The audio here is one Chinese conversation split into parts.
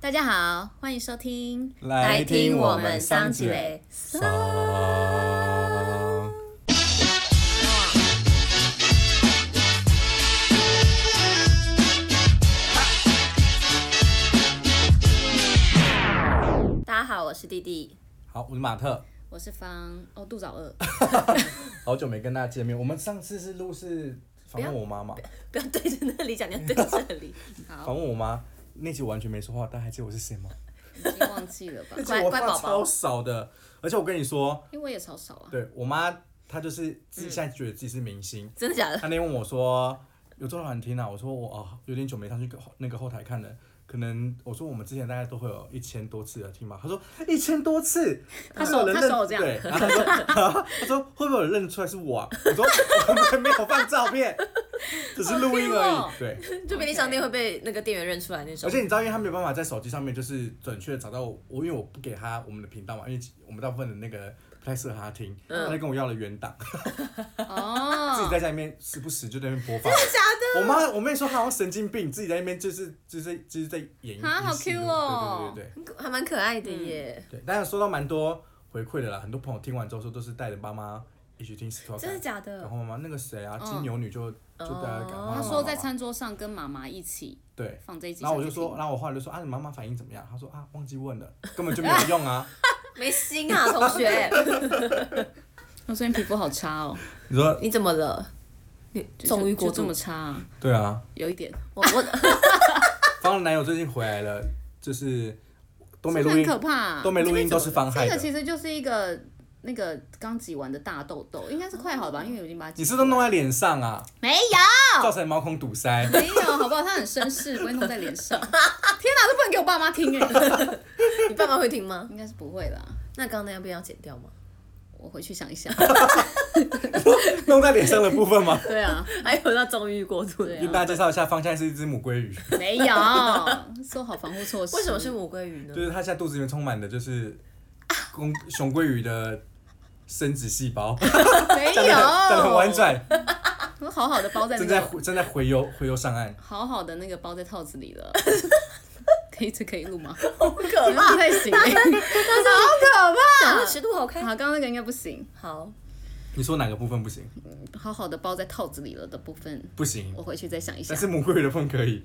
大家好，欢迎收听，来听我们桑吉嘞雷。三大家好，我是弟弟，好，我是马特，我是方。哦，肚子好饿， 好久没跟大家见面。我们上次是录是访问我妈嘛，不要对着那里讲，你要对着这里。好，访问我妈那集我完全没说话，大家还记得我是谁吗？已经忘记 了吧那？集乖我乖话宝超宝，少的，而且我跟你说，因为我也超少啊。对我妈她就是嗯自己现在觉得自己是明星，真的假 的？她那天问我说有多少人听啊？我说我哦有点久没上去那个后台看了。可能我说我们之前大概都会有一千多次的听嘛，她说一千多次，她说有人她认手这样对，然后她说她说会不会有人认出来是我啊？我说我们没有放照片， 只是录音而好哦已，对。就便利商店会被那个店员认出来那而种且。你知道，因为他没有办法在手机上面就是准确地找到我，我因为我不给他我们的频道嘛，因为我们大部分的那个不太适合他听，嗯他就跟我要了原档，自己哦，在家里面时不时就在那边播放。真的假的？我妈我妹说她好像神经病，自己在那边就是就是就是在演一啊好一戏 Q 哦对对对对还蛮可爱的耶，对。当然收到蛮多回馈的啦，很多朋友听完之后说都是带着爸妈一起听 s t 真的假然嗯的？后妈妈那个谁啊，金牛女就就带来感冒。他说在餐桌上跟妈妈一起对。放这一集，然后我就说，，然后我后来就说啊，你妈妈反应怎么样？她说啊，忘记问了，根本就没有用啊。没心 啊，同学，我最近皮肤好差 哦，你说你怎么了？你终于就国这度么，差啊，对啊，有一点。我我方的男友最近回来了，就是都没这录很音，可怕、啊，都没录音，都是方害这个的。其实就是一个那个刚挤完的大痘痘，应该是快好了吧？因为我已经把它挤你是不是都弄在脸上啊，没有造成毛孔堵塞。 没有，好不好？它很绅士，不会弄在脸上。天哪，这不能给我爸妈听哎，你爸妈会听吗？应该是不会啦。那刚刚那要不要剪掉吗？我回去想一想。弄在脸上的部分吗？ 对啊， 还有那终于国度对的啊跟大家介绍一下，方现在是一只母鲑鱼， 没有做好防护措施。为什么是母鲑鱼呢就？是它现在肚子里面充满的就是公雄鲑鱼的生殖细胞，没 讲的讲的很婉有？转，我好哎好的包在那正在个回正在回游回游上岸。好好的那个包在套子里了。可以这可以录吗？好可不太行哎、好可讲话尺度好开。 好，刚刚那个应该不行。好，你说哪个部分不行？好好的包在套子里了的部分，不行我，回去再想一想但是。母鲑鱼的部分可以。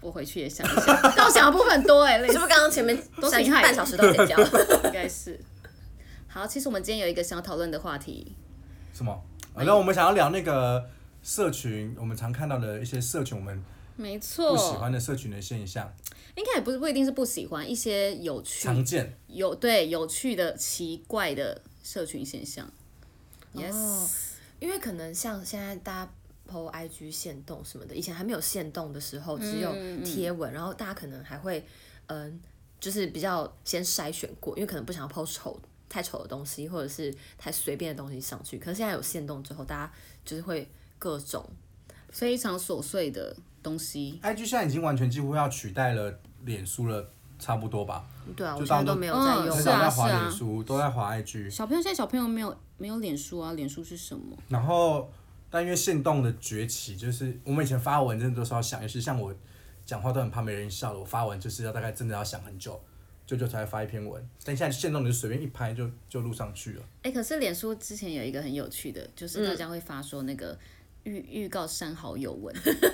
我回去也想一想，但我想的部分很多哎、欸，类你是似不是刚刚前面都是三你害的半小时都剪掉？应该是。好，其实我们今天有一个想要讨论的话题，什么？哎然后我们想要聊那个社群，我们常看到的一些社群，我们没不喜错，欢的社群的现象，应该也不是不一定是不喜欢一些有趣、常见。有对有趣的奇怪的社群现象。Yes，、因为可能像现在大家 PO IG 限动什么的，以前还没有限动的时候，只有贴文，然后大家可能还会嗯、就是比较先筛选过，因为可能不想要 PO 丑太丑的东西，或者是太随便的东西上去。可是现在有限动之后，大家就是会各种非常琐碎的东西。 IG 现在已经完全几乎要取代了脸书了，差不多吧？对啊，就我现大家在都都没有在嗯用很是少啊在滑是啊脸书，都在滑 IG。小朋友现在小朋友没有没有脸书啊，脸书是什么？然后，但因为限动的崛起，就是我们以前发文真的都是要想，尤其像我讲话都很怕没人笑的，我发文就是要大概真的要想很久，久久才发一篇文。但现在限动你就随便一拍就就录上去了。哎、可是脸书之前有一个很有趣的，就是大家会发说那个预预告删好友文，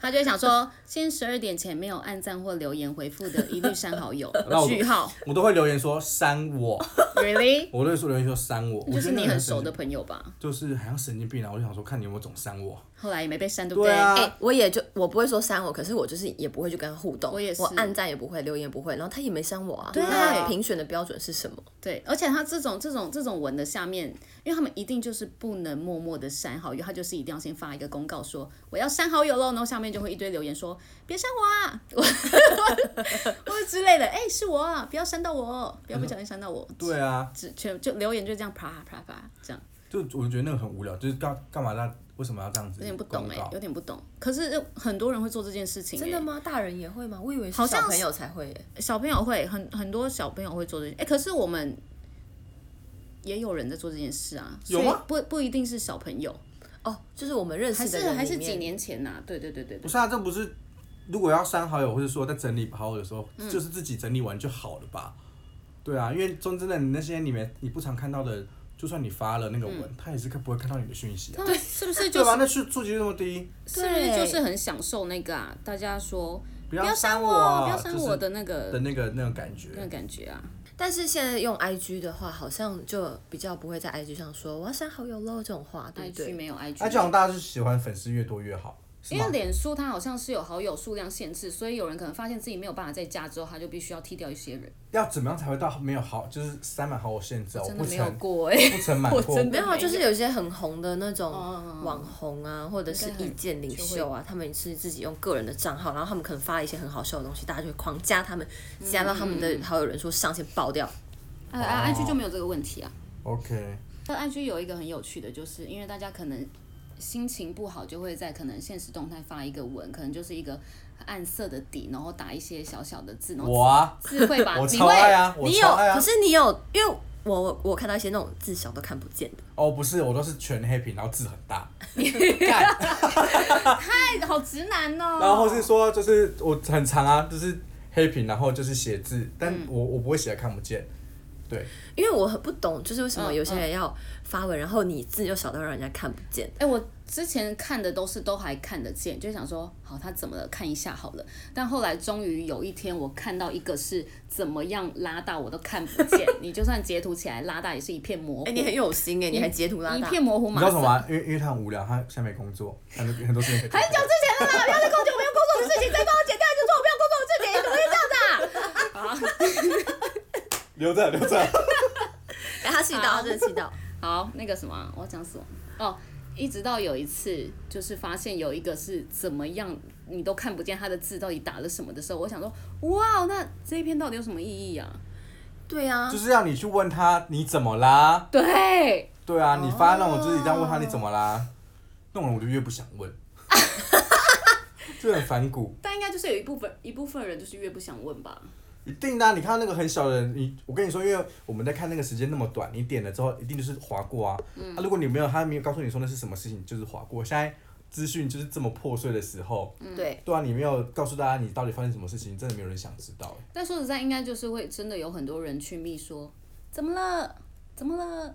他就会想说，先十二点前没有按赞或留言回复的，一律删好友 那，我句号我都会留言说删我， ，really？我都会说留言说删我， 我就觉是得那你个很很神熟经的，朋友吧？就是好像神经病啊！我就想说看你有没有总删我。后来也没被删，对不对啊，哎、我也就我不会说删我，可是我就是也不会去跟他互动，我也是按赞也不会，留言不会，然后他也没删我啊。对那他评选的标准是什么？对，而且他这种这种这种文的下面，因为他们一定就是不能默默的删好友，他就是一定要先发一个公告说我要删好友喽，然后下面就会一堆留言说别删我啊， 我或者之类的，哎、是我啊，不要删到我哦，不要不小心删到我，对啊，只全就留言就这样啪啪啪啪这样，就我觉得那个很无聊，就是干干嘛那为什么要这样子有点公不告？懂哎、有点不懂。可是很多人会做这件事情、欸，真的吗？大人也会吗？我以为好是像小是朋友才会耶。小朋友会很很多小朋友会做这件，哎、可是我们也有人在做这件事啊，有所以吗不不一定是小朋友，哦，就是我们认还识的是人还是里面几年前呐、对对对对不对，是啊，这不是如果要删好友，或者说在整理好友的时候，嗯就是自己整理完就好了吧？对啊，因为说真的，你那些里面你不常看到的，就算你发了那个文，他也是看不会看到你的讯息啊，对，是不是嗯就对是吧？那触触及率那么低，是不是对就是很享受那个啊？大家说不不要删我，啊不要删就是我的那个的那个那种感那觉个。感觉啊。但是现在用 IG 的话，好像就比较不会在 IG 上说我要删好友喽这种话，对不 IG 对？没有 IG，那这种大家是喜欢粉丝越多越好，是因吗为？脸书它好像是有好友数量限制，所以有人可能发现自己没有办法再加之后，他就必须要踢掉一些人。要怎么样才会到没有好，就是删满好友限制啊？我真的不没有曾过哎、 不曾满 我过真，的没有啊，没有就是有一些很红的那种哦网红啊，或者是应该意很见领袖啊，他们是自己用个人的账号，然后他们可能发了一些很好笑的东西，大家就会狂加他们，加到他们嗯的好友人数上限爆掉。哎哎，IG 哦就没有这个问题啊。 OK，但 IG 有一个很有趣的，就是因为大家可能心情不好，就会在可能现实动态发一个文，可能就是一个暗色的底，然后打一些小小的字，然后我啊，字会把 我你超爱会啊，我你超有，爱可啊。是你有，因为我我看到一些那种字小都看不见的，哦，不是，我都是全黑屏，然后字很大，太好直男哦。然后或是说就是我很长啊，就是黑屏，然后就是写字，但我我不会写的看不见。对，因为我很不懂，就是为什么嗯有些人要发文，然后你字又小到让人家看不见。哎、我之前看的都是都还看得见，就想说好他怎么了，看一下好了。但后来终于有一天，我看到一个是怎么样拉大我都看不见，你就算截图起来拉大也是一片模糊，哎、你很有心哎、你还截图拉一大。片模糊你嘛。知道什么吗？因为因为他很无聊，他现在没工作，很多很多事情可 以做。很久之前的啦，不要再跟我讲我没有工作的事情，再帮我剪掉就说我没有工作的事情，怎么会这样子啊？留着留着。哎、他气到，他真的气到。好，那个什么啊，我要讲什么？哦，一直到有一次，就是发现有一个是怎么样，你都看不见他的字到底打了什么的时候，我想说，哇，那这一篇到底有什么意义啊？对啊，就是让你去问他你怎么啦？对，对啊，你发那种就是这样问他你怎么啦，那种我就越不想问，就很反骨。但应该就是有一部分一部分人就是越不想问吧。一定的啊、你看到那个很小的人，你我跟你说，因为我们在看那个时间那么短，你点了之后一定就是划过啊。嗯、啊，如果你没有他没有告诉你说那是什么事情，就是划过。现在资讯就是这么破碎的时候，对，对啊，你没有告诉大家你到底发生什么事情，真的没有人想知道。但说实在，应该就是会真的有很多人去密说，怎么了？怎么了？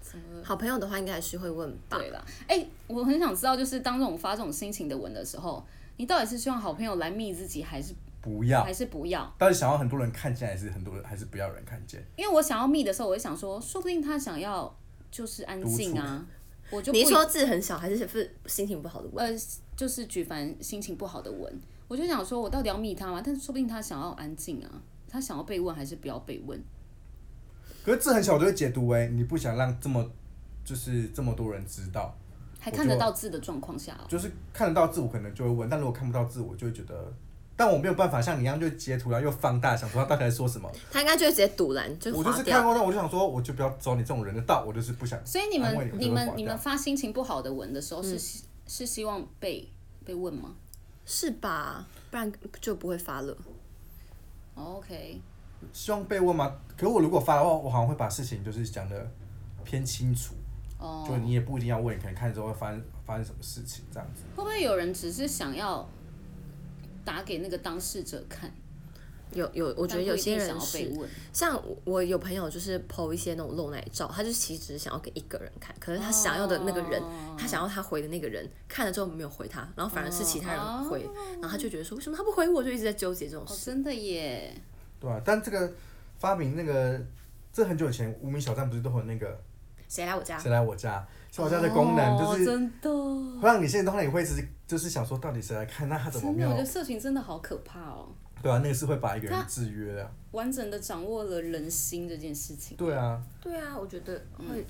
怎么了？好朋友的话应该还是会问吧。对啦，哎、我很想知道，就是当这种发这种心情的文的时候，你到底是希望好朋友来密自己，还是不要，还是不要？但是想要很多人看见，还是很多人还是不要人看见。因为我想要密的时候，我会想说，说不定他想要就是安静 啊，我就不你是说字很小，还是是心情不好的问？呃，就是举凡心情不好的文，我就想说，我到底要密他吗？但是说不定他想要安静啊，他想要被问还是不要被问？可是字很小，我就会解读为哎你不想让这么就是这么多人知道，还看得到字的状况下、哦，就是看得到字我可能就会问，但如果看不到字我就会觉得，但我没有办法像你一样就截图然后又放大，想说他到底在说什么。他应该就会直接堵拦，就我就划是看掉。过那，我就想说，我就不要走你这种人的道，我就是不想。所以你安慰们我就会你划们掉你们发心情不好的文的时候是希、是希望被被问吗是吧？不然就不会发了。 ？OK，希望被问吗？可是我如果发的话，我好像会把事情就是讲的偏清楚，哦、就你也不一定要问，你可能看之后会发生发生什么事情这样子。会不会有人只是想要打给那个当事者看？有有，我觉但得不有一些定想人要是被问，哦像我我有朋友就是剖一些那种露奶照，他就其实只是想要给一个人看，可是他想要的那个人，他想要他回的那个人看了之后没有回他，然后反而是其他人回，然后他就觉得说为什么他不回我，就一直在纠结这种哦，事。真的耶，对啊，但这个发明那个，这很久以前无名小站不是都有那个谁来我家？谁来我家？谁来我家的功能哦就是真的。会让你现在当然也会是就是想说到底谁来看，那他怎么真没的，我觉有得？社群真的好可怕哦，对啊，那个是会把一个人制约啊。完整的掌握了人心这件事情。对啊，对啊，我觉得会、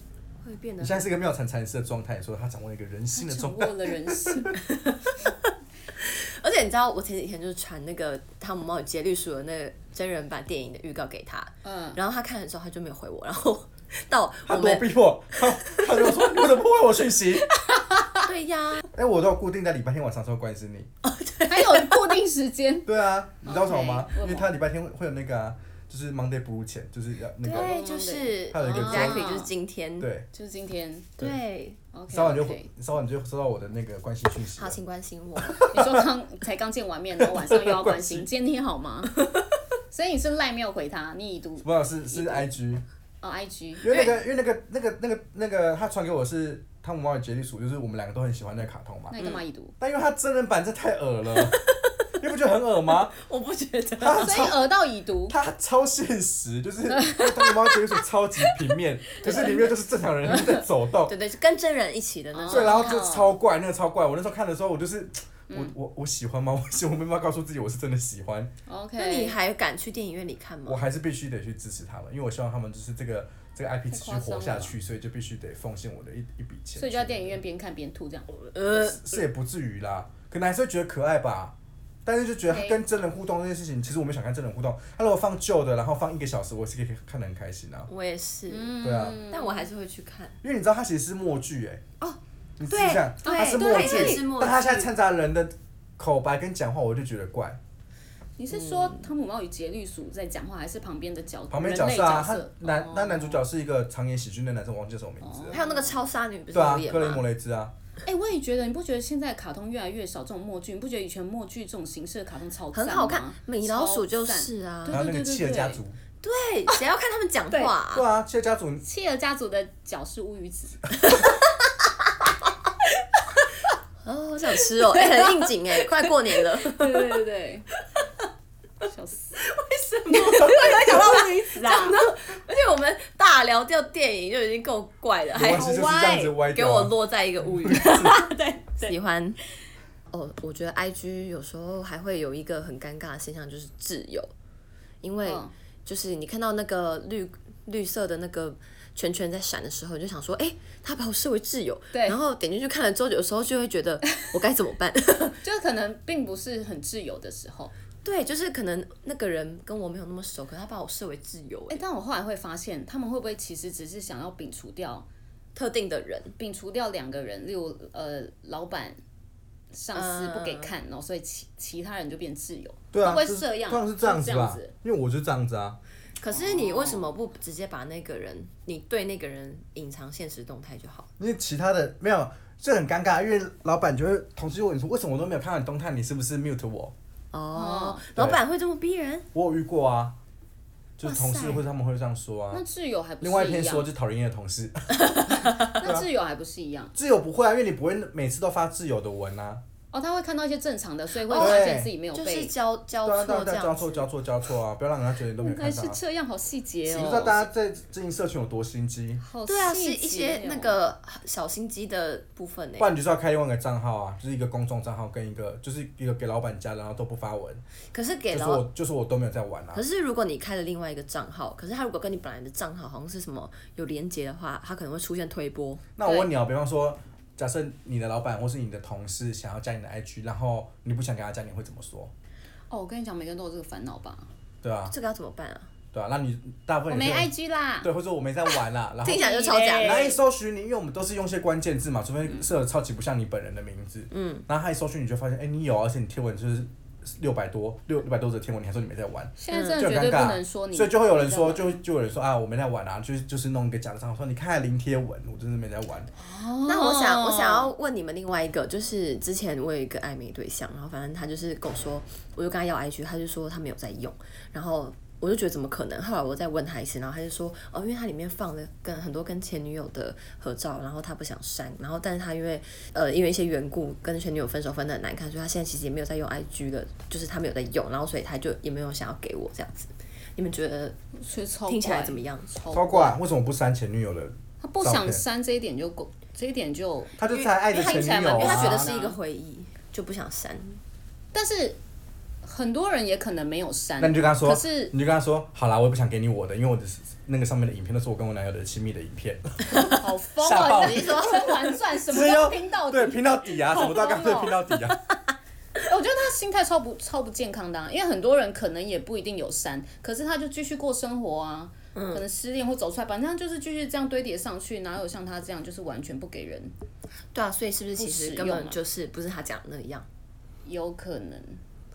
会变嗯你得现在是一个妙禅禅师的状态，说他掌握一个人心的状掌态。握了人心， 而且你知道，我前几天就是传那个《汤姆猫与杰律鼠》的那个真人版电影的预告给他，嗯，然后他看的时候他就没有回我，然后 到他我躲们避我， 他他就说你为什么不回我讯息？对呀，哎、我都有固定在礼拜天晚上才会关心你。还有固定时间，对啊，你知道为什么吗 OK，为什么因为他礼拜天会有那个啊、就是 Monday Blue 前，就是要那个对，就是哦还有一个 exactly 周就是今天，对，就是今天对， ，OK 稍晚就 OK。稍晚就收到我的那个关心讯息了好，。请关心 我。你说刚才刚见完面，然后晚上又要关心，今天好吗？所以你是赖没有回他，你已读不知道是是 IG，哦 IG，因为那个因为那个那个那个那个他传给我是汤姆猫与杰利鼠，就是我们两个都很喜欢那个卡通嘛那。你干嘛已读？但因为他真人版这太恶了，你不觉得很恶吗？我不觉得，他所以超耳到已读，嗯他超现实，就是汤姆猫与杰利鼠超级平面，可是里面就是正常人在走动。对对，就跟真人一起的那哦嗯对，种。然后就超怪，那个超怪。我那时候看的时候，我就是我我我喜欢吗？我喜欢，我没办法告诉自己我是真的喜欢， OK，那你还敢去电影院里看我吗？还是必须得去支持他们，因为我希望他们就是这个这个 IP 太持续夸张活下了去，所以就必须得奉献我的一一笔钱。所以就在电影院边看边吐这样。呃，是是也不至于啦，可能还是会觉得可爱吧。但是就觉得 OK 跟真人互动这件事情，其实我们想看真人互动。他如果放旧的，然后放一个小时，我是可以看得很开心啊。我也是，嗯对啊，但我还是会去看。因为你知道它其实是默剧哎、哦，你仔对细想，对它是对默它以前剧是，默但它剧现在掺杂人的口白跟讲话，我就觉得怪。你是说汤姆猫与杰律鼠在讲话，还是旁边的角旁边人角类色啊，他色男哦那男主角是一个常演喜剧的男生，我忘记叫什么名字了。还有那个超杀女不是对啊有，演格雷吗莫？雷兹啊，哎、我也觉得，你不觉得现在卡通越来越少这种默剧？你不觉得以前默剧这种形式的卡通超赞很吗好看，米老鼠就。超赞是啊对。然后那对个对企鹅家对族，对，谁要看他们讲话啊？对啊，企鹅家族企鹅家族的脚是乌鱼 子，哦，好想吃哦，哎，很应景哎，快过年了。对对对对对，笑死！讲到乌鱼子啊而且我们大聊掉电影就已经够怪了，没还关系就是这样子歪给掉我啊落在一个乌鱼子。 对对，喜欢。哦，我觉得 I G 有时候还会有一个很尴尬的现象，就是挚友，因为嗯就是你看到那个绿绿色的那个圈圈在闪的时候，你就想说，哎、他把我视为挚友。对然后点进去看了之后，有时候就会觉 得我该怎么办？就是可能并不是很自由的时候。对，就是可能那个人跟我没有那么熟，可他把我视为挚友、哎、哎，但我后来会发现，他们会不会其实只是想要摒除掉特定的人，摒除掉两个人，例如呃老板、上司不嗯给看，然后所以其其他人就变自由，对啊，会不会就是这样？通常是这样子子吧，因为我就这样子啊，可是你为什么哦不直接把那个人，你对那个人隐藏现实动态就好？因为其他的没有，这很尴尬，因为老板就会同事就问你说，为什么我都没有看到你动态，你是不是 mute 我？哦哦，老板会这么逼人？我有遇过啊，就是哇同事塞或者他们会这样说啊那。自由还不是另外一篇样？说就讨人厌的同事，那自由还不是一样？自由不会啊，因为你不会每次都发自由的文啊，哦，他会看到一些正常的，所以会哦发现对自己没有就被。是交交对啊，对错啊，这对啊，样交子错交错交错啊！不要让人家觉得你都没有原来看到、是啊。这样，好细节你哦。不知道大家在经营社群有多心机，好对啊，是细节一些哦那个小心机的部分欸呢不。然你就是要开另外一个账号啊，就是一个公众账号跟一个就是一个给老板加，然后都不发文，可是给就说了，我就是我都没有在玩啊可。是如果你开了另外一个账号，可是他如果跟你本来的账号好像是什么有连接的话，他可能会出现推波。那我问你啊，比方说，假设你的老板或是你的同事想要加你的 IG，然后你不想给他加，你会怎么说？哦，我跟你讲，每个人都有这个烦恼吧？对啊，这个要怎么办啊？对啊，那你大部我分没也是 IG 啦。对，或者我没在玩啦、然后听起来就超假对的。然后一搜寻你，因为我们都是用一些关键字嘛，除嗯非设的超级不像你本人的名字，嗯，然后他一搜寻你就发现，哎、你有啊，而且你贴文就是六百多六六百多则贴文，你还说你没在玩，现在真嗯就的绝对很尴不尬，能说你，所以就会有人说，你知道吗就就有人说啊，我没在玩啊，就是就是弄一个假的账号说，你看零贴文，我真的没在玩，那我想，我哦想要问你们另外一个，就是之前我有一个暧昧对象，然后反正他就是跟我说，我就跟他要 IG，他就说他没有在用，然后我就觉得怎么可能？后来我再问他一次，然后他就说，哦，因为他里面放了跟很多跟前女友的合照，然后他不想删，然后但是他因为呃因为一些缘故跟前女友分手分的很难看，所以他现在其实也没有在用 IG 了，就是他没有在用，然后所以他就也没有想要给我这样子。你们觉得其实超听起来怪怎么样？超怪，为什么不删前女友的？他不想删这一点就够，这一点就，他就才爱着因为前因为他女友听起因来为他蛮啊觉得是一个回忆，就不想删。但是很多人也可能没有删。那你就跟他说，可是你就跟他说，好啦，我也不想给你我的，因为我的那个上面的影片都是我跟我男友的亲密的影 片，好 疯吓爆啊！你说《甄嬛传》什么只都有拼到底，对，拼到底啊，什么都要干脆好拼疯到底啊。我觉得他心态超不超不健康的、啊，因为很多人可能也不一定有删，可是他就继续过生活啊，嗯可能失恋或走出来，反正他就是继续这样堆叠上去，哪有像他这样就是完全不给人？对啊，所以是不是不其实实根用本啊就是不是他讲的那样？有可能，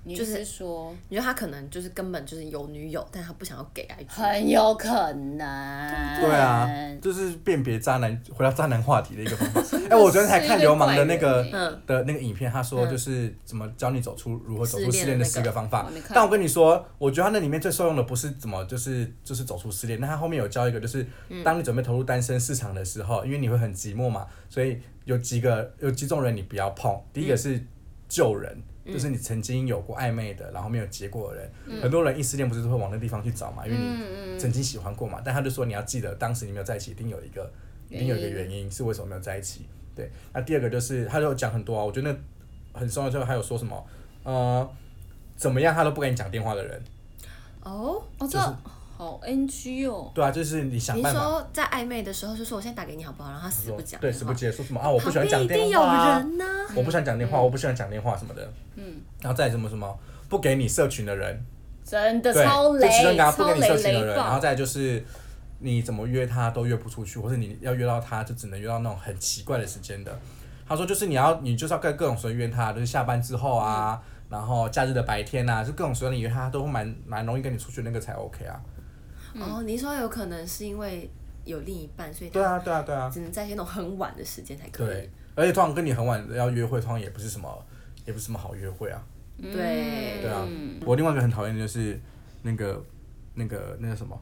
你就是说你觉得他可能就是根本就是有女友，但他不想要给 IG，很有可能？对啊，就是辨别渣男，回到渣男话题的一个方法。哎、我昨天才看流氓的那个是一个怪欸嗯的那个影片，他说就是怎么教你走出如何走出失恋失恋的那个十个方法我没看。但哦我跟你说，我觉得他那里面最受用的不是怎么就是就是走出失恋，那他后面有教一个，就是当你准备投入单身市场的时候，因为你会很寂寞嘛，所以有几个有几种人你不要碰。第一个是旧人。就是你曾经有过暧昧的，然后没有结果的人，很多人一失恋不是都会往那地方去找嘛，因为你曾经喜欢过嘛。但他就说你要记得，当时你没有在一起，一定有一个，一定有一个原因是为什么没有在一起。对，那第二个就是他就讲很多啊，我觉得那很重要，就是还有说什么，呃，怎么样他都不跟你讲电话的人，哦，哦，这好 NG 哦，对啊，就是你想你办法。说在暧昧的时候就说我现在打给你好不好，然后他死不讲，对，死不接，说什么啊？我不喜欢旁边讲一电定有话、啊，人嗯呐、我不喜欢讲电话，我不喜欢讲电话什么的。嗯，然后再来什么什么不给你社群的人，真的对，超就其中雷，一个他不超跟你雷社群的雷人，然后爆。再来就是你怎么约他都约不出去，或者你要约到他就只能约到那种很奇怪的时间的。他说就是你要你就是要各各种时候约他，就是下班之后啊，嗯然后假日的白天啊，就各种时候你约他他都会蛮蛮容易跟你出去那个才 OK 啊。哦，你说有可能是因为有另一半，所以对他啊对啊对啊，只能在一些那种很晚的时间才可以对，，而且通常跟你很晚要约会，通常也不是什么也不是什么好约会啊。对，对啊，嗯我另外一个很讨厌的就是那个那个那个什么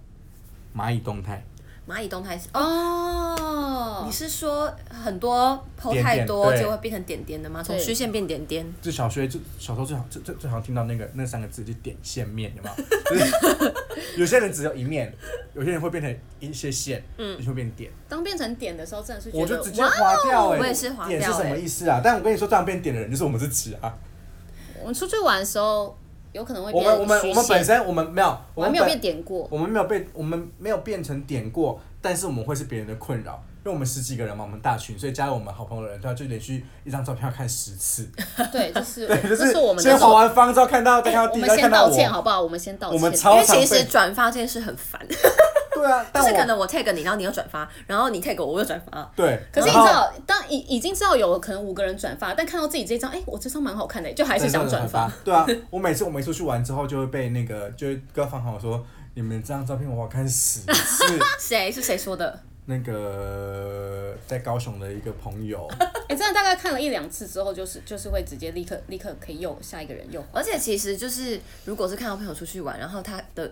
蚂蚁动态。蚂蚁动态是哦。哦你，是说很多抛点太点多对就会变成点点的吗？从对虚线变点点，就小学就小时候最好最最最好听到那个那三个字就点线面，有没有？就是有些人只有一面，有些人会变成一些线，嗯，有些会变点，当变成点的时候，真的是觉我得就直接哇，划掉哎、我也是划掉点是什么意思啊？但我跟你说，这样变点的人就是我们自己啊。我们出去玩的时候，有可能会我变们我们虚我们线本身我们没有，我我还们没有本被点过，我们没有被我们没有变成点过，但是我们会是别人的困扰，因为我们十几个人嘛，我们大群，所以加入我们好朋友的人，他就连续一张照片要看十 次，对，这是 对，就这是我们的先手划完方之后看到，再看到我第，们再先看到道我，歉好不好？我们先道歉。我们因超为常其实被转发这件事很烦，对啊，但就是我可能我 tag 你，然后你又转发，然后你 tag 我，我又转发，对，可是你然知后道，当已已经知道有可能五个人转发，但看到自己这张，哎、我这张蛮好看的，就还是想转发。。对啊，我每次我每次去玩之后，就会被那个就会跟方航说，你们这张照片我要看十次。谁是谁说的？那个在高雄的一个朋友，哎、真的大概看了一两次之后，就是就是会直接立刻立刻可以诱下一个人诱。而且其实就是，如果是看到朋友出去玩，然后他的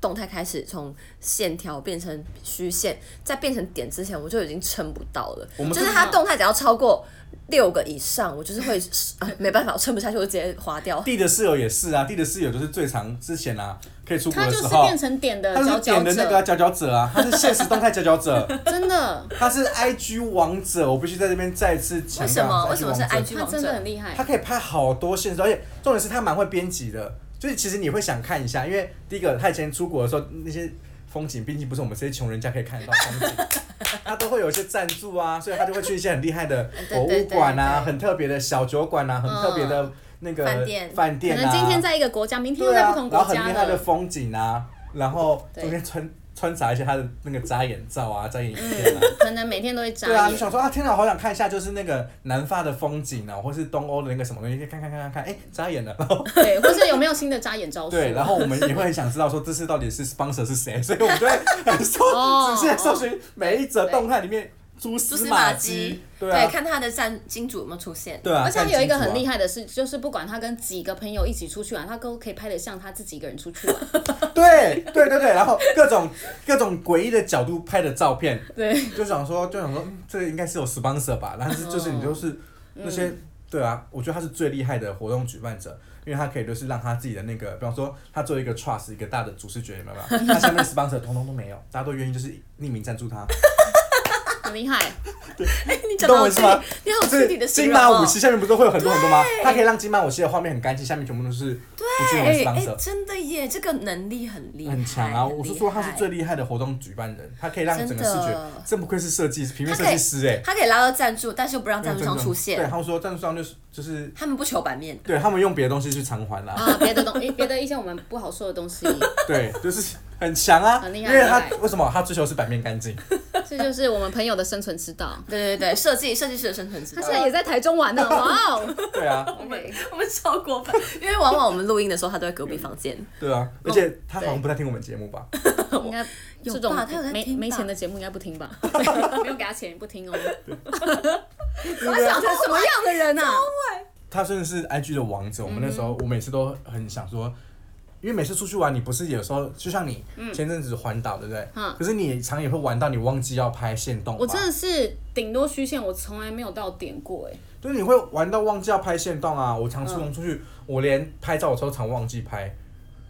动态开始从线条变成虚线，再变成点之前，我就已经撑不到了。我们就是他动态只要超过六个以上，我就是会、啊、没办法，我撑不下去，我就直接划掉。弟的室友也是啊，弟的室友就是最常之前啊，可以出国他的就是时候变，成点呃的他佼是佼点的那个啊者，佼佼者 啊，他是现实动态佼佼者，真的，他是 IG 王者，我必须在这边再次强调。为什么他为什么是王者 IG 他真的很厉害他。可以拍好多现实，而且重点是他蛮会编辑的，就是其实你会想看一下，因为第一个他以前出国的时候那些风景，毕竟不是我们这些穷人家可以看得到风景，他都会有一些赞助啊，所以他就会去一些很厉害的博物馆啊， 对对对对嗯很特别的小酒馆啊，很特别的那个饭店饭可店能啊，今天在一个国家，明天又对在啊不同，然后国很家厉害的了。风景啊，然后对中间穿穿插一些他的那个扎眼照啊，扎眼影片啊。可能每天都会眨 对啊，就眼。想说啊，天哪，好想看一下，就是那个南法的风景啊，或是东欧的那个什么东西，可以看看看看看，哎、扎眼了。然后对，或是有没有新的眨眼招数？对，然后我们也会很想知道说这次到底是 sponsor 是谁，所以我们就会很搜哦，仔细地搜寻每一则动态里面蛛蛛丝丝马马迹迹，，对啊，看他的赞金主有没有出现。对啊，而且他有一个很厉害，害的是，就是不管他跟几个朋友一起出去玩，他都可以拍得像他自己一个人出去玩。 对对对对，然后各种各种诡异的角度拍的照片，对，就想说就想说、嗯这应该是有 sponsor 吧，但是就是你哦就是那些、嗯对啊，我觉得他是最厉害的活动举办者，因为他可以就是让他自己的那个，比方说他做一个 trust 一个大的主视觉，有没有？他下面 sponsor 通通都没有，大家都愿意就是匿名赞助 他，很厉害。你你讲懂到我意思吗？你好就是具体的形金容哦马武器下面不是会有很多很多吗？他可以让金马武器的画面很干净，下面全部都是不具名的哎、哎 sponsor。真的耶，这个能力很厉害，很强啊！很我是厉说他害是最厉害的活动举办人，他可以让整个视真觉的，真不愧是设计师，平面他设可以计师哎、他可以拉到赞助，但是又不让赞助商对，出现，他们说赞助商就是就是他们不求版面。对他们用别的东西去偿还啦、 啊，别的东，别的一些我们不好说的东西，对，就是很强啊，很厉因害为他很厉害为什么他追求是版面干净，这就是我们朋友的生存之道。对对对，设计设计师的生存之他道现。在也在台中玩呢，哇 哦！对啊，我们我们超过分，因为往往我们录音的时候，他都在隔壁房间。对啊，而且他好像不太听我们节目吧？应该有这种吧他有在没听吧没钱的节目应该不听吧？ 不用给他钱不听哦。 对不对想成什么样的人啊？他真的是 IG 的王者。我们那时候，我每次都很想说，因为每次出去玩，你不是有时候就像你前阵子环岛，对不对？嗯可是你常也会玩到你忘记要拍限动吧，我真的是顶多虚线，我从来没有到点过哎、就是你会玩到忘记要拍限动啊！我常出门出嗯去，我连拍照的时候常忘记拍，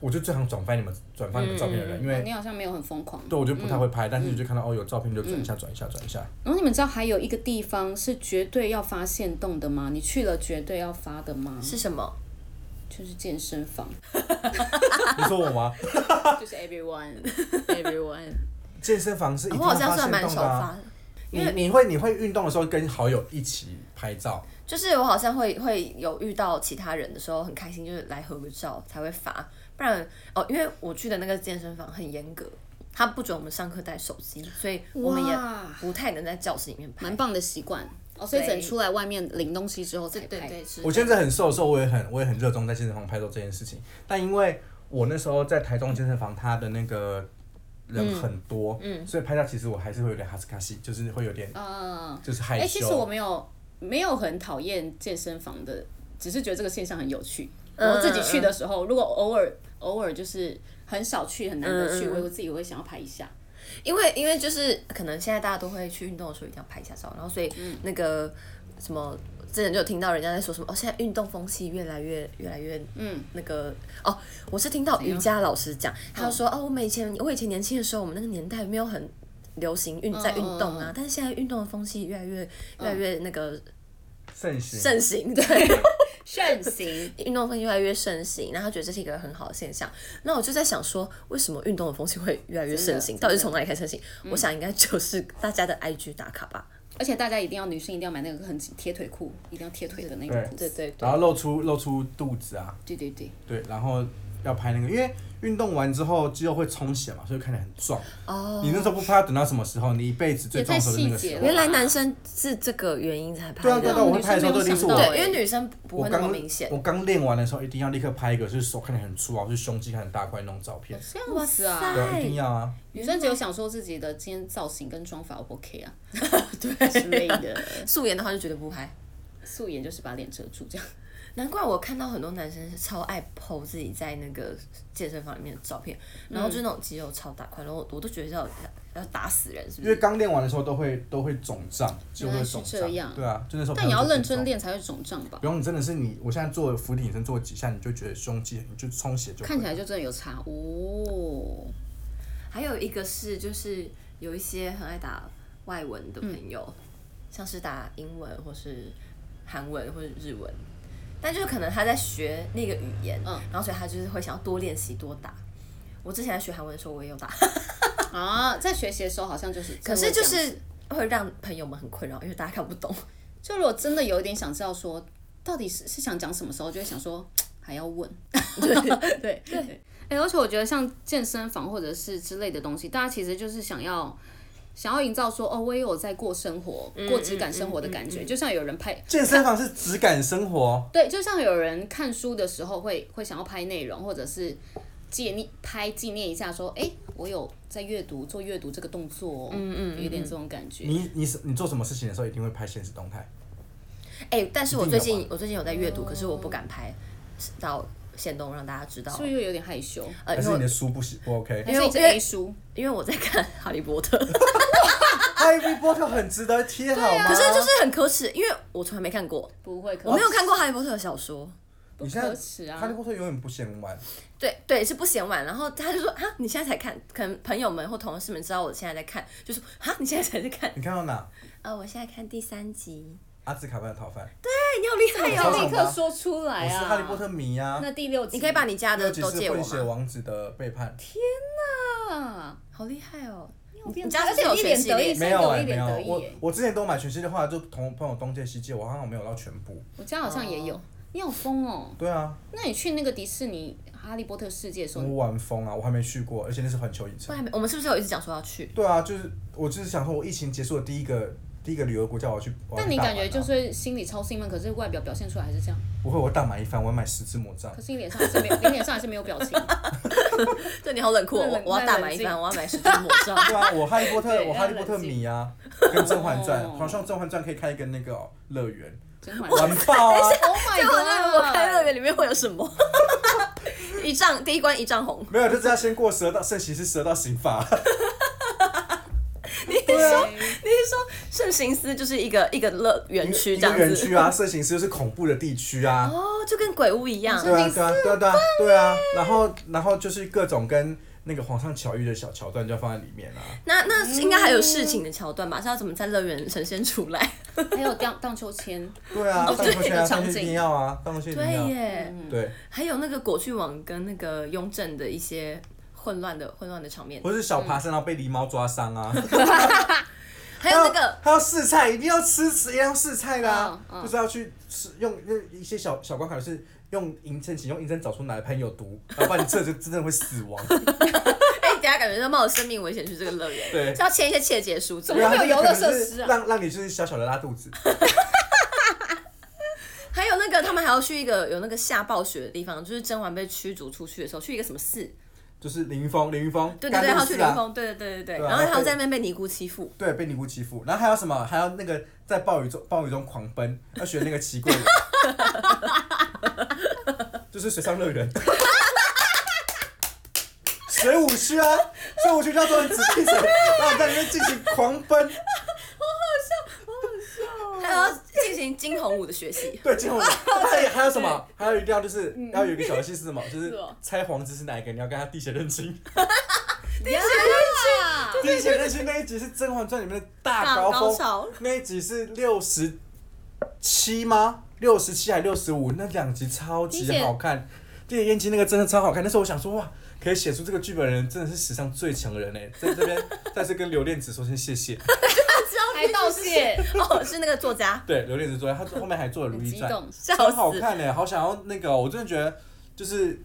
我就最常转发你们转发你们嗯照片的人，因为你好像没有很疯狂。对我就不太会拍，但是你就看到哦有照片就转一下转一下转一下。嗯然后你们知道还有一个地方是绝对要发现动的吗？你去了绝对要发的吗？是什么？就是健身 房，你说我吗？就是 everyone everyone。健身房是一哦我定好要发像算限蛮动少的啊、发的，因你为你会你会运动的时候跟好友一起拍照，就是我好像会会有遇到其他人的时候很开心，就是来合个照才会发，不然哦，因为我去的那个健身房很严格，他不准我们上课带手机，所以我们也哇不太能在教室里面拍蛮。棒的习惯哦，所以对等出来外面领东西之后才对拍。对对，是我现在很瘦的时候，我也很我也很热衷在健身房拍照这件事情。但因为我那时候在台中健身房，它的那个人嗯很多，所以拍照其实我还是会有点哈斯卡西，就是会有点嗯啊，就是哎、害其实我羞。没有没有很讨厌健身房的，只是觉得这个现象很有趣。嗯我自己去的时候，如果偶尔偶尔就是很少去，很难得嗯去，我我自己会想要拍一下。因为因为就是可能现在大家都会去运动的时候一定要拍一下照，然后所以那个什么。之前就有听到人家在说什么哦，现在运动风气越来越越来越嗯那个哦，我是听到瑜伽老师讲，他就说哦，我们以前我以前年轻的时候，我们那个年代没有很流行运在运动嗯嗯啊，但是现在运动的风气越来越越来越那个盛行。盛行，对，盛行，运动风气越来越盛行，然后他觉得这是一个很好的现象。那我就在想说，为什么运动的风气会越来越盛行？真的到底是从哪里开始盛行？嗯我想应该就是大家的 IG 打卡吧。 而且大家一定要女性一定要买那个很紧贴腿裤，一定要贴腿的那个裤对子。对对然，后露出露出肚子啊，对对对，对，然后要拍那个，因为运动完之后肌肉会充血嘛，所以看起来很壮。哦，你那时候不拍，要等到什么时候？你一辈子最壮的时候就是那个也太细时节候了。原来男生是这个原因才拍对啊的。对那啊，对啊我我会拍的时候都一定是女生没有想到对因为女生不我会那么刚明显。我刚练完的时候，一定要立刻拍一个，就是手看起来很粗啊，就是胸肌看起来很大块那种照片。这样子啊哇塞对，啊，一定要啊。女生只有想说自己的今天造型跟妆法 O 不 OK 啊，对之类的。素颜的话就绝对不拍。素颜就是把脸遮住这样。难怪我看到很多男生是超爱 PO 自己在那个健身房里面的照片，然后就那种肌肉超大块，然后我我都觉得要要打死人，是不因为是？刚练完的时候都会都会肿胀，就会肿原来是这样胀。对啊，就那时候。但也要认真。练才会肿胀吧不？用，你真的是你，我现在做俯卧撑做几下，你就觉得胸肌你就充血就会看起来就真的有差哦。还有一个是就是有一些很爱打外文的朋友，像是打英文或是韩文或者日文，但就是可能他在学那个语言，嗯然后所以他就是会想要多练习多打。我之前在学韩文的时候，我也有打，啊，在学习的时候好像就是，可是就真的会这样是会让朋友们很困扰，因为大家看不懂。就如果真的有一点想知道说到底是是想讲什么时候，就会想说还要 问，对对对。哎、而且我觉得像健身房或者是之类的东西，大家其实就是想要想要营造说哦，我也有在过生活，过质感生活的感觉，就像有人拍健身房是质感生活，哦对，就像有人看书的时候会会想要拍内容，或者是纪念拍纪念一下说，哎，我有在阅读做阅读这个动作、哦，嗯嗯，有一点这种感觉。你你你做什么事情的时候一定会拍现实动态，哎、但是我一定最有近吧我最近有在阅读，可是我不敢拍到线动让大家知道是，不是又有点害羞？呃，还因是为你的我书不喜不 OK？还是一直因为 A 书？因为我在看《 哈利波特》，哈利波特很值得贴啊好吗？可是就是很可耻，因为我从来没看过，不会，可我没有看过《哈利波特》的小说。不你现在可耻啊哈利波特永远不嫌晚，对对，是不嫌晚，然后他就说啊，你现在才看，可能朋友们或同事们知道我现在在看，就说啊，你现在才在 看，你看到哪？呃，我现在看第三集，阿兹卡班的逃犯，啊哎、你好厉这害么哦，早要立刻说出我来是啊！哈利波特迷啊，那第六集，你可以把你家的尤其都是借我混血吗？王子的背叛，啊，好厉害哦，你你家是不是有一脸全系列得意，没三有狗哎、一没脸有得，意欸我耶。我之前都买全新的话，就同朋友东借西借，我好像没有到全部。我家好像也有，你好疯哦！对啊，那你去那个迪士尼《哈哈利波特世界的时候，我玩疯啊，我还没去过，而且那是环球影不城。啊然还没，我们是不是有一直讲说要去？对啊，就是我就是想说，我疫情结束的第一个第一个旅游国家我要去。我要去但你大感阪觉啊就是会心里超兴奋，可是外表表现出来还是这样，不会，我大买一番，我要买十只魔杖。可是你脸上还是没有，你脸上还是没有 表情。对你好冷酷哦，对我冷我要大买一太冷番，我要买 十只魔杖。对啊，我哈利波特，对我哈利波特迷啊，跟《甄嬛传》，哦好像《甄嬛传》可以开一个那个哦乐 园，真的玩爆啊！ Oh my 我那我开乐 god！园里面会有什么？ 一丈第一关一丈红，没有，就是要先过十二道，圣骑士十二道刑法。 你是说圣行司就是一个一个乐园区一这个样子？园区啊，圣行司就是恐怖的地区 啊。哦，就跟鬼屋一样。对啊，对啊，对啊，对啊，对啊。然后，然后就是各种跟那个皇上巧遇的小桥段，就要放在里面啊。那那应该还有事情的桥段吧？是要怎么在乐园呈现出 来？还有荡荡秋千，对啊，就荡是秋这千个啊，场荡秋千一景定要啊，荡秋千一哦对定要。耶，对，还有那个果郡王跟那个雍正的一些混乱的混乱的场面，或是小爬山然后被狸猫抓伤啊。还有那个还要试菜，一定要吃，一定要试菜的、啊嗯嗯就是要去吃用那一些小小关卡，就是用银针，请用银针找出哪一盘有毒，要不然你这就真的会死亡。哎、等一下感觉要冒着生命危险去这个乐园， 对是要签一些切结书之类怎的。么会有游乐设施啊对就是让让你就是小小的拉肚子， 还有那个他们还要去一个有那个下暴雪的地方，就是甄嬛被驱逐出去的时候，去一个什么寺？就是凌云峰，凌云峰，对对对，甘他露要去寺灵啊，峰，对对对对对。对啊然后还有在那边被尼姑欺负，对，被尼姑欺负，然后还有什么？还有那个在暴雨中暴雨中狂奔，要学那个骑过人，就是水上乐园。水舞区啊，水舞区就要做成指定绳，然后在里面进行狂奔，还有要进行惊鸿舞的 学习。对，进红舞。还有还有什么？还有一定要就是要有一个小游戏是什么？就是嗯是哦猜皇子是哪一个，你要跟他滴血认亲。呀，滴血认亲那一集是《甄嬛传》里面的大大高高峰，潮那一集是六十七吗？六十七还六十五？那两集超级滴血好看，《滴血验亲》那个真的超好看。那时候我想说，哇，可以写出这个剧本的人真的是史上最强的人哎、在这边再次跟刘恋子说声谢谢。还道谢， 哦，是那个作家，对，刘恋子昨天他后面还做了《如很懿激传》，动。笑超死。好看哎、好想要那个哦，我真的觉得就是。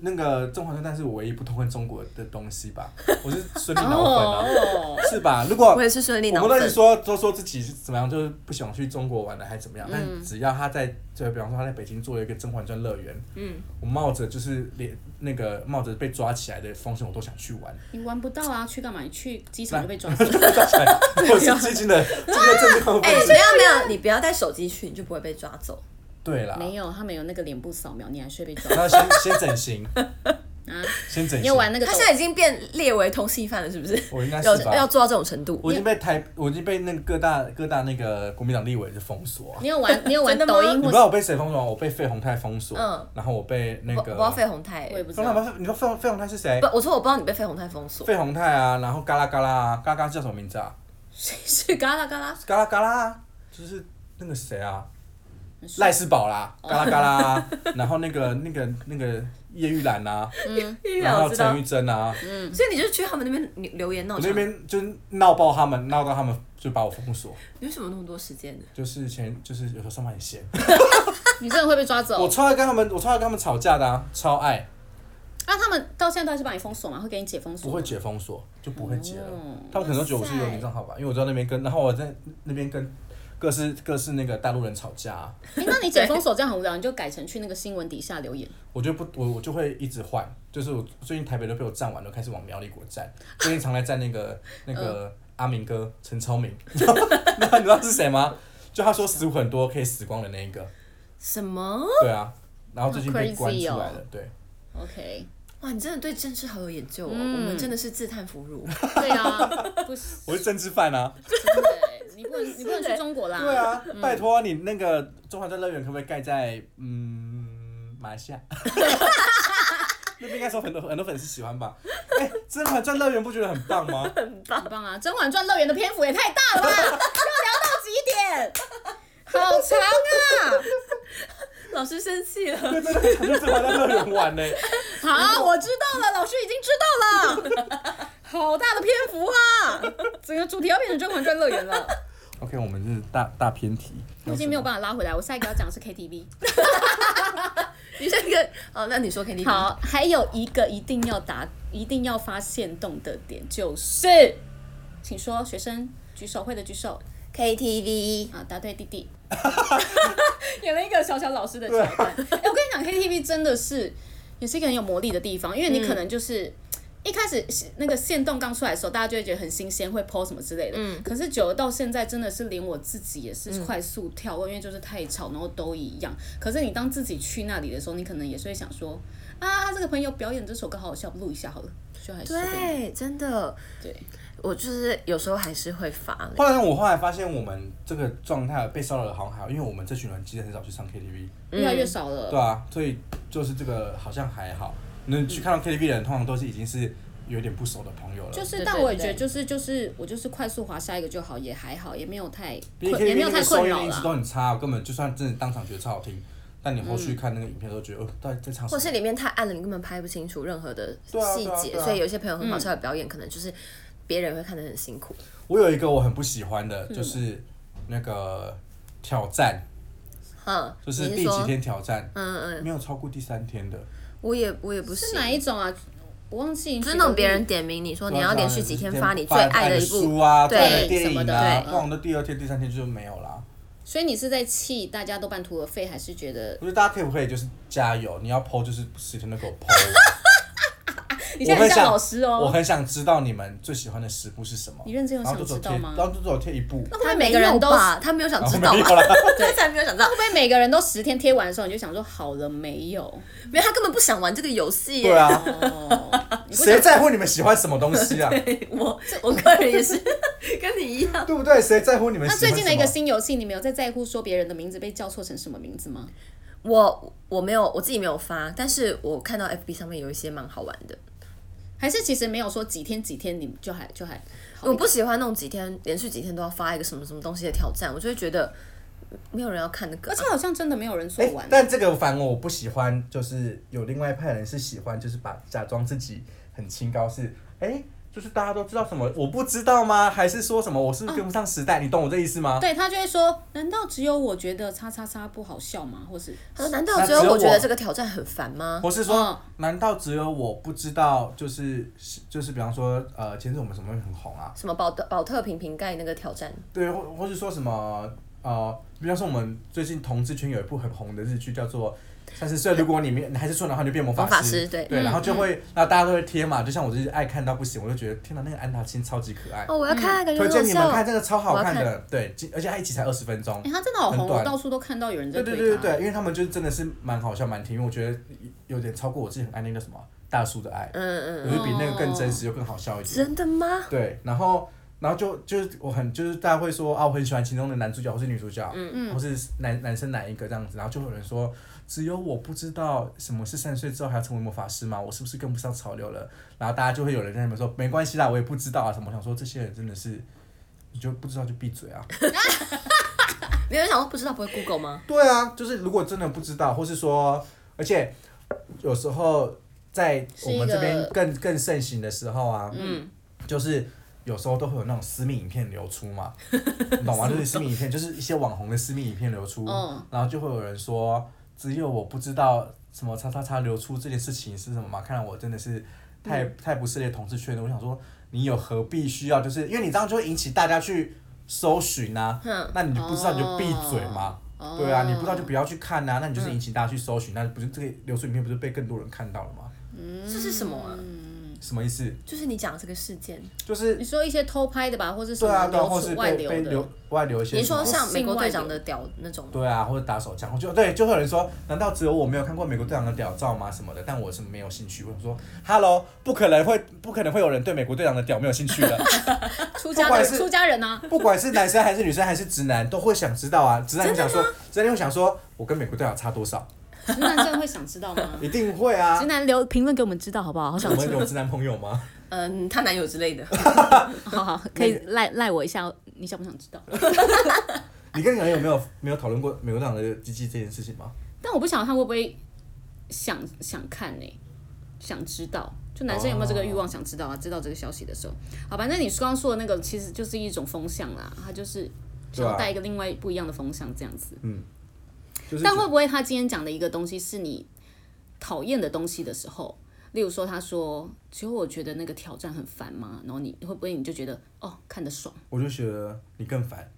那个《甄嬛传》，但是我唯一不痛恨中国的东西吧，我是孙俪脑粉啊，哦，是吧？如果我也是顺利脑我们都粉是，说都说自己是怎么样，就是不想去中国玩了，还是怎么样。嗯但只要他在，就比方说他在北京做了一个《甄嬛传》乐园，嗯，我冒着就是连那个冒着被抓起来的风险，我都想去 玩。。你玩不到啊，去干嘛？你去机场就被抓抓起来，我是激进的，这个正常哎、分没子。有没有，你不要带手机去，你就不会被抓走。对啦，没有，他们有那个脸部扫描，你还是会被 抓然后先先整形，啊！先整你形有。玩那个他抖？现在已经变列为通缉犯了，是不是？我应该是要吧要做到这种程度。我已经被台，我已经被那个各大各大那个国民党立委就封锁啊。你有 玩？你有玩真的吗抖音或你不是？知道我被谁封锁吗？我被费鸿泰封锁，嗯然后我被那我我不个知道费宏泰、我也不知冯老道。板，你说费费鸿泰是谁？不，我说我不知道你被费宏泰封 锁。费宏泰啊，然后嘎啦嘎啦啊，嘎嘎叫什么名字啊？谁是嘎啦嘎啦？嘎啦嘎啦啊，就是那个谁啊，赖世宝啦，哦嘎啦嘎啦啊， 然后那个那个那个叶玉兰啊，玉然兰后哎我知道嗯陈玉，珍啊，所以你就去他们那边留言闹我场那。边就是闹爆他们，闹到他们就把我封锁，你为什么那么多时间呢？就是前就是有时候上班很闲，你真的会被抓我哦走？超爱跟他们，我超爱跟他们吵架的啊，超爱，那他们到现在都还是把你封锁吗？会给你解封锁不吗？会解封锁，就不会解了哦。他们可能都觉得我是游民账号吧，因为我知道那边跟，然后我在那边跟各式各式那个大陆人吵架啊。哎、那你解封锁这样很无聊，你就改成去那个新闻底下 留言。我就不，我我就会一直换，就是我最近台北都被我占完了，开始往苗栗国 占。最近常来占那个那嗯个阿明哥陈超明， 你知道你知道是谁吗？就他说死很多可以死光的那一个，什么？对啊，然后最近被关出好来 crazy 哦了，对， OK，哇，你真的对政治好有研究哦！嗯我们真的是自叹弗 如。对啊，不是我是政治犯啊，真的欸，你不能你不 能去中国啦。对啊，拜托你那个中华在乐园可不可以盖在嗯马来西亚？ 那边应该说很多很多粉丝喜欢吧？哎、甄嬛传乐园不觉得很棒 吗？很棒啊！《甄嬛传》乐园的篇幅也太大 了吧？要聊到几点？好长啊！老师生气了，那真的很想去甄嬛传乐园玩呢、好，我知道了，老师已经知道 了。好大的篇幅啊！整个主题要变成《甄嬛传》乐园 了， OK，我们是大大偏题。我已经没有办法拉回来。我下一个要讲的是 KTV，你这个哦，那你说 K T V 好，还有一个一定要答，一定要发现动的点就是，请说，学生举手，会的举手 K T 啊，答对弟 弟，演了一个小小老师的桥段。哎、我跟你讲，KTV 真的是也是一个很有魔力的地方，因为你可能就是。一开始那个线动刚出来的时候，大家就会觉得很新鲜，会 PO 什么之类的。嗯。可是久了到现在，真的是连我自己也是快速跳过，因为就是太吵，然后都一样。可是你当自己去那里的时候，你可能也是会想说，啊，这个朋友表演这首歌好好笑，录一下好了，就还 V，是会对，真的，对，我就是有时候还是会发嘞。后来我后来发现，我们这个状态被骚扰的好像还好，因为我们这群人其实很少去唱 KTV，越来越少了。对啊，所以就是这个好像还好。能去看到 KTV 的人，通常都是已经是有点不熟的朋友了。嗯就对是，但对我也对觉得，就是就是，我就是快速滑下一个就好，也还好，也没有太毕竟困，也没有 KTV 太的收困音扰音质都啦。很差，根本就算真的当场觉得超好听，但你后续看那个影片都觉得，哦，到底在唱什或么？是里面太暗了，你根本拍不清楚任何的对啊细对啊节，对啊所以有一些朋友很好笑的表演，可能就是别人会看得很辛苦。我有一个我很不喜欢嗯的，就是那个挑战，嗯，就是第你几说，天挑战，嗯嗯，没有超过第三天的。我也我也不是是哪一种啊？我忘记。就是那种别人点名你说你要连续几天发你最爱的一书部，啊，最对爱的电什么影的啊，对通常都第二天、第三天就没有啦。所以你是在气大家都半途而废，还是觉得我觉得大家可以不可以就是加油？你要剖就是十天都给我剖。 你现在我很很想像老师我哦？很想知道你们最喜欢的十部是什么。你认真有然想后就只知道有贴，吗？然后就只有贴一部。那会每个人都他没有想知道哦没有吧？ 啦，他才没有想到，会不会每个人都十天贴完的时候，你就想说好了没有？没有他根本不想玩这个游戏耶。对啊， 哦，你不谁想在乎你们喜欢什么东 西啊？我我个人也是 跟你一样，对不对？谁在乎你们喜那欢什么？最近的一个新游戏，你没有在在乎说别人的名字被叫错成什么名字吗？我我没有我自己没有发，但是我看到 FB 上面有一些蛮好玩的。还是其实没有说几天几天，你就还就还好我不喜欢那种几天连续几天都要发一个什么什么东西的挑战，我就会觉得没有人要看那个而啊、且好像真的没有人做哎呃完。但这个反而我不喜欢，就是有另外一派人是喜欢，就是把假装自己很清高是，哎，就是大家都知道什么，我不知道吗？还是说什么我是不是跟不上时代？你懂我这意思吗？对他就会说：“难道只有我觉得叉叉叉不好笑吗？”或是他说：“啊难道那只有只有我觉得我这个挑战很烦吗我是说，嗯难道只有我不知道？就是就是，比方说，呃，前阵子我们什么会很红啊？”？什么保特保特瓶瓶盖那个挑战，对，或或是说什么呃，比方说我们最近同志圈有一部很红的日剧叫做。三十岁，如果你没你还是处男的话，你就变魔法魔法师。师对对，然后就会，然后大家都会贴嘛，就像我就是爱看到不行，我就觉得天哪，那个安达清超级可爱，哦，我要看，感觉推很好荐你们笑看，。真的超好看我嗯的。对，而且它一集才二十分钟哎、。他真的好红，很短我到处都看到有人在对对推对对他对，因为他们就真的是蛮好笑蛮甜，因为我觉得有点超过我自己很爱那个什么大叔的爱，嗯嗯，我觉得比那个更真实又更好笑一点。真的吗？对，然后然后就就是我很就是大家会说啊，我很喜欢其中的男主角或是女主角，嗯嗯，或是男男生哪一个这样子，然后就会有人说，只有我不知道什么是三十岁之后还要成为魔法师吗？我是不是跟不上潮流了？然后大家就会有人在那边说，没关系啦，我也不知道啊什么。我想说这些人真的是。你就不知道就闭嘴啊！没有人想说不知道不会 Google 吗？对啊，就是如果真的不知道，或是说，而且有时候在是我一们这边个更更盛行的时候啊，嗯，就是有时候都会有那种私密影片流出 嘛，你懂吗？就是私密影片，就是一些网红的私密影片流出，嗯然后就会有人说，只有我不知道什么叉叉叉流出这件事情是什么嘛？看来我真的是太、嗯太不涉猎同志圈了。我想说，你有何必需要？就是因为你这样就会引起大家去搜寻啊，那你就不知道你就闭嘴嘛。哦嗯对啊，你不知道就不要去看呐、那你就是引起大家去搜寻，那不是这个流出影片不是被更多人看到了吗？这是什么啊？嗯什么意思？就是你讲的这个事嗯件，就是嗯你说一些偷拍的吧，或是什对啊，么对啊，或流是出外被流被的，流外流一些你什么。说像美国队长的屌那种吗，对啊，或者打手枪，我就对，就会有人说，难道只有我没有看过美国队长的屌照吗？什么的，但我是没有兴趣。我说，Hello，不可能会，不可能会有人对美国队长的屌没有兴趣的。 出家不管的是出家人啊，不管是男生还是女生还是直男，都会想知道啊。直男会想说，直男会想说，我跟美国队长差多少？直男真的会想知道吗？一定会 啊直。男留评论给我们知道好不好？好我想们有直男朋友吗？嗯，她男友 之类的， 好好可以赖赖我一下，你想不想知道？你跟你男友没有没有讨论过美国队长的鸡鸡这件事情吗？但我不晓得他会不会想想看呢、想知道。就男生有没有这个欲望想知道啊？知道这个消息的时候，好吧，那你刚刚说的那个其实就是一种风向啦，他就是对啊想带一个另外不一样的风向这样子。就是但会不会他今天讲的一个东西是你讨厌的东西的时候，例如说他说，其实我觉得那个挑战很烦嘛，然后你会不会你就觉得哦看得爽，我就觉得你更烦。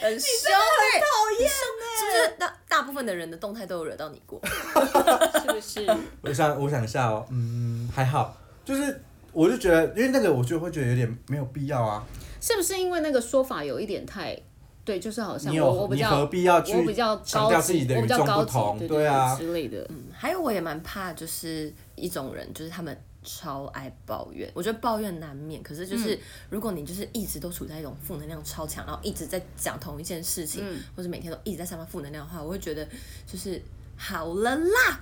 很凶哎、讨欸厌哎，是不是大大部分的人的动态都有惹到你过？是不是？我想，我想一下哦，嗯，还好，就是我就觉得，因为那个我就会觉得有点没有必要啊。 是不是因为那个说法有一点太？对，就是好像你我我有比你较何必要去我比较强高调级自己的我与比较众高不级同？对啊，之类 的，嗯还有我也蛮怕，就是一种人，就是他们超爱抱怨。我觉得抱怨难免，可是就是、如果你就是一直都处在一种负能量超强，然后一直在讲同一件事情，或者每天都一直在散发负能量的话，我会觉得就是好了啦，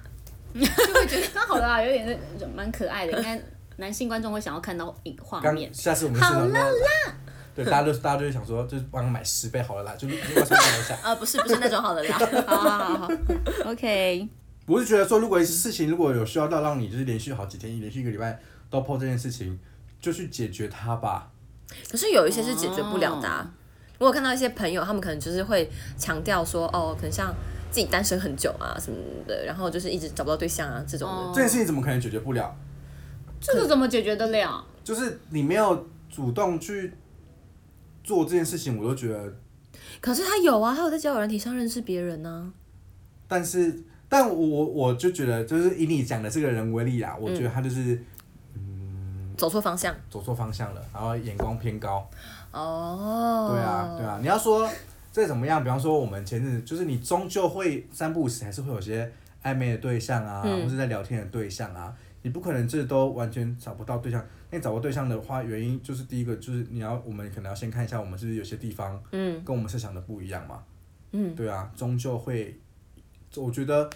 刚哦好啦，有点那种蛮可爱的，应该男性观众会想要看到影画刚面。下次我们好了啦。对，大家都大家都会想说，就是帮我买十杯好了啦，就是如果说我想，啊、不是不 是那种好了啦，好好好好，OK，我是觉得说，如果事情如果有需要到让你就是连续好几天，连续一个礼拜都破这件事情，就去解决它吧。可是有一些是解决不了的、啊。我有看到一些朋友，他们可能就是会强调说，哦，可能像自己单身很久啊什么的，然后就是一直找不到对象啊这种的。哦这件事情怎么可能解决不了？这个怎么解决得 了？就是你没有主动去做这件事情，我都觉得，可是他有啊，他有在交友软体上认识别人啊呢、但是，但我我我就觉得，就是以你讲的这个人为例啦，我觉得他就是走错方向走错方向了，然后眼光偏高。哦。对啊，对啊，你要说再怎么样，比方说我们前阵子，就是你终究会三不五时还是会有些暧昧的对象啊，或是在聊天的对象啊，你不可能这都完全找不到对象。那你找不到对象的话，原因就是第一个就是你要我们可能要先看一下我们是不是有些地方，嗯，跟我们设想的不一样嘛，嗯，对啊，终究会，我觉得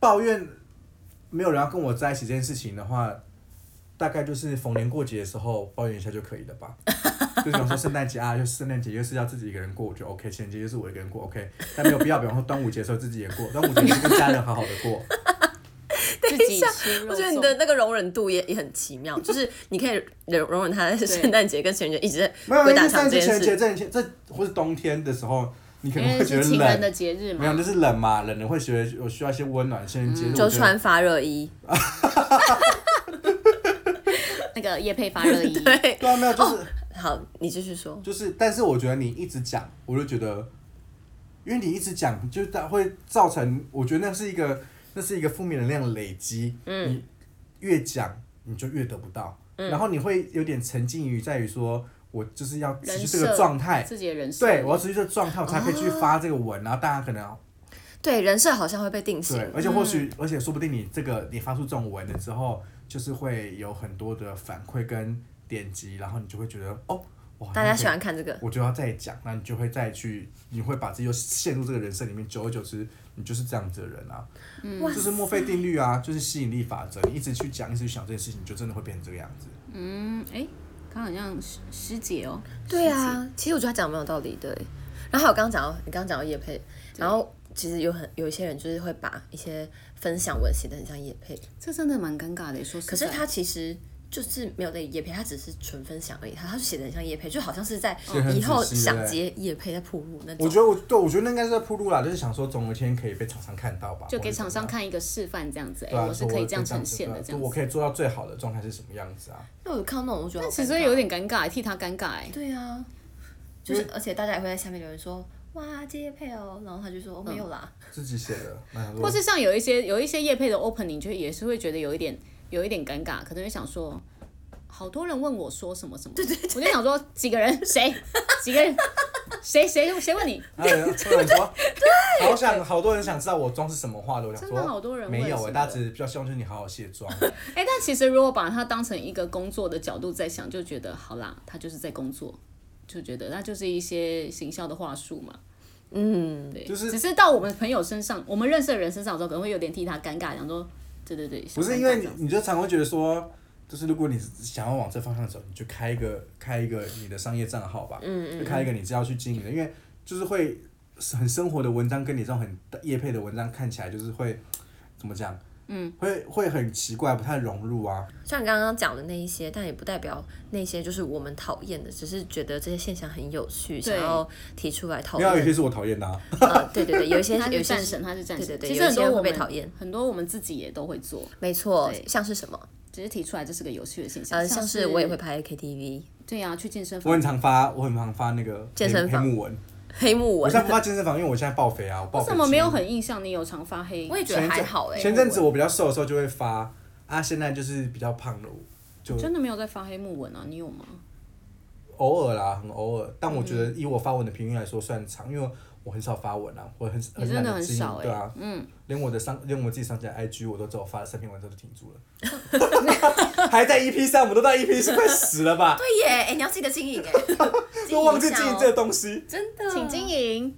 抱怨没有人要跟我在一起这件事情的话。大概就是逢年过节的时候抱怨一下就可以了吧。就比方说圣诞节啊，就圣诞节又是要自己一个人过，我觉得 OK；情人节就是我一个人过 OK，但没有必要。比方说端午节的时候自己也过，端午节就是跟家人好好的过。自己吃肉我觉得粽 你的那个容忍度也也很奇妙，就是你可以容容忍他在圣诞节跟情人节一直没有，在因为鬼打圣墙诞节、这情件人节事。这这这或是冬天的时候，你可因能为会是觉得情人的冷，节日没有，嘛，就是冷嘛，冷人会觉得有需要一些温暖。情人节日就我觉得穿发热衣，那个夜配发热衣， 对， 对啊，没有，就是好，你继续说。就是，但是我觉得你一直讲，我就觉得，因为你一直讲，就它会造成，我觉得那是一个，那是一个负面能量累积。嗯，你越讲你就越得不到，嗯然后你会有点沉浸于在于说，我就是要持续这人个设状态，自己的人设，对我要持续这个状态，我才可以去发这个文，啊然后大家可哦能对，人设好像会被定型对，，而且或嗯许，而且说不定你这个你发出这种文了之后，就是会有很多的反馈跟点击，然后你就会觉得哦。我好像大家可以喜欢看这个。我就要再讲，那你就会再去，你会把自己又陷入这个人生里面，久而久之，你就是这样子的人啊，嗯哇就是墨菲定律啊，就是吸引力法则，你一直去讲，一直去想这件事情，你就真的会变成这个样子。嗯，哎，刚好像师师姐哦，对啊，其实我觉得他讲的蛮有道理的欸。然后还有刚刚讲到，你刚刚讲到叶配，然后其实有很有一些人就是会把一些分享文写的很像叶配，这真的蛮尴尬的，说实在可是他其实就是没有在叶配，他只是纯分享而已，他他就写的很像叶配，就好像是在得很以后仔细想对接叶配在铺路那我种。觉得我对我觉得那应该是在铺路啦，就是想说总有一天可以被厂商看到吧，就或给者怎厂么商样。看一个示范这样子，对啊，哎，我是说可以这这样呈现对的啊这样我子，可以做到最好的状态是什么样子啊？那我看到那种，我觉得但好其尴实尬有点尴尬，替他尴尬哎，对啊，就是而且大家也会在下面留言说哇接叶配哦，然后他就说哦没有啦，嗯自己写的，那想 说或是像有一些有一些业配的 opening，就也是会觉得有一点有一点尴尬，可能会想说，好多人问我说什么什么，对对我就想说几个人谁几个人谁谁谁问你，然后有人哎突然说，好想好多人想知道我妆是什么画的，我想真说的好多人问没有是哎，的大家只是比较希望就是你好好卸妆。哎、但其实如果把它当成一个工作的角度在想，就觉得好啦，他就是在工作，就觉得那就是一些行销的话术嘛。嗯，对，就是只是到我们朋友身上，我们认识的人身上的时候，可能会有点替他尴尬，想说，对对对，不是想因尴尬为你这样，你就常会觉得说，就是如果你想要往这方向走，你就开一个开一个你的商业账号吧，嗯嗯，就开一个你知道去经营的，因为就是会很生活的文章跟你这种很业配的文章看起来就是会怎么讲，嗯，会会很奇怪，不太融入啊。虽然刚刚讲的那一些，但也不代表那些就是我们讨厌的，只是觉得这些现象很有趣，对想要提出来讨没有，有些论。是我讨厌的、啊，呃，对对对，有 一些他有是一些战神，他是战神。对对对其实有一很多些我会们被讨厌，很多我们自己也都会做，没错对，像是什么？只是提出来这是个有趣的现象。呃，像是我也会拍。拍 KTV 对呀、去健身我房很。常发，我很常发那个健身黑房黑木纹。黑木我纹现，在不发健身房，因为我现在爆肥啊，我爆为肥。什么没有？很印象？你有常发黑？我也觉前得阵还好哎、前阵子我比较瘦的时候就会发啊，现在就是比较胖了，就真的没有在发黑木纹啊？你有吗？偶尔啦，很偶尔。但我觉得以我发文的频率来说算长，因为我很少发文啊，我很你很真懒的得很经少营，哎、对啊，嗯，连我的上连我自己上架 IG 我都只有发了三篇文章就停住了，还在 EP 三，我们都到 EP 四快死了吧，对耶，哎、你要记得经营哎、 经都营忘记一下经营哦这个东西。真的，请经营。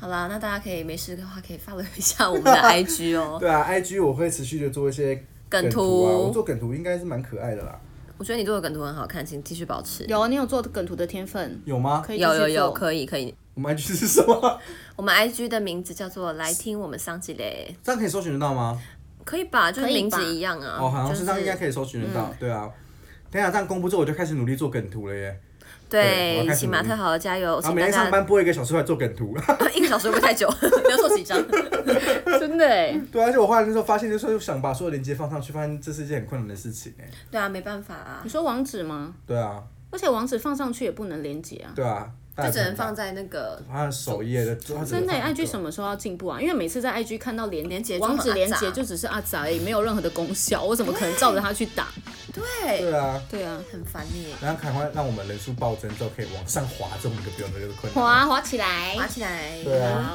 好啦，那大家可以没事的话可以 follow 一下我们的 IG 哦。对啊，IG 我会持续的做一些梗图啊，我图，做梗图应该是蛮可爱的啦，我觉得你做的梗图很好看，请继续保持。有，啊你有做梗图的天分，有吗？可以继续有有有，做可以可以。我们 IG 是什么？ 我们 IG 的名字叫做“来听我们桑吉嘞这样可以搜寻得到吗？”，可以吧？就是可以名吧字一样啊。哦，好像就是这样应该可以搜寻得到，对啊。等一下这样公布之后，我就开始努力做梗图了耶。对我要对，开始请马努力特好好加油，然后请每大天上家班播一个小时出来做梗图。 一个小时会不会太久？不要做几张。 真的哎、对啊，而且我后来那时候发现，就是想把所有链接放上去，发现这是一件很困难的事情哎。对啊，没办法啊你，说网址吗？对啊，而且网址放上去也不能连接啊。对啊， 就只能放在在那个他的首页的。真真的、欸、，IG 什么？么时候要进步啊？因为每次在 IG 看到连连结就很网址连接阿杂就只是阿杂而已，没有任何的功效，我怎么可能照着它去打？对，对啊，对啊，很烦耶。然后赶快让我们人数暴增之后可以往上滑，这我们就不用那个困难。滑滑起来，爬起来，对啊好，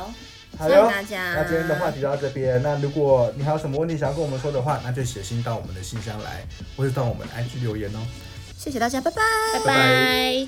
好谢谢哟，大家那今天的话题就到这边。那如果你还有什么问题想要跟我们说的话，那就写信到我们的信箱来，或者到我们的 IG 留言哦。谢谢大家，拜拜。拜拜拜。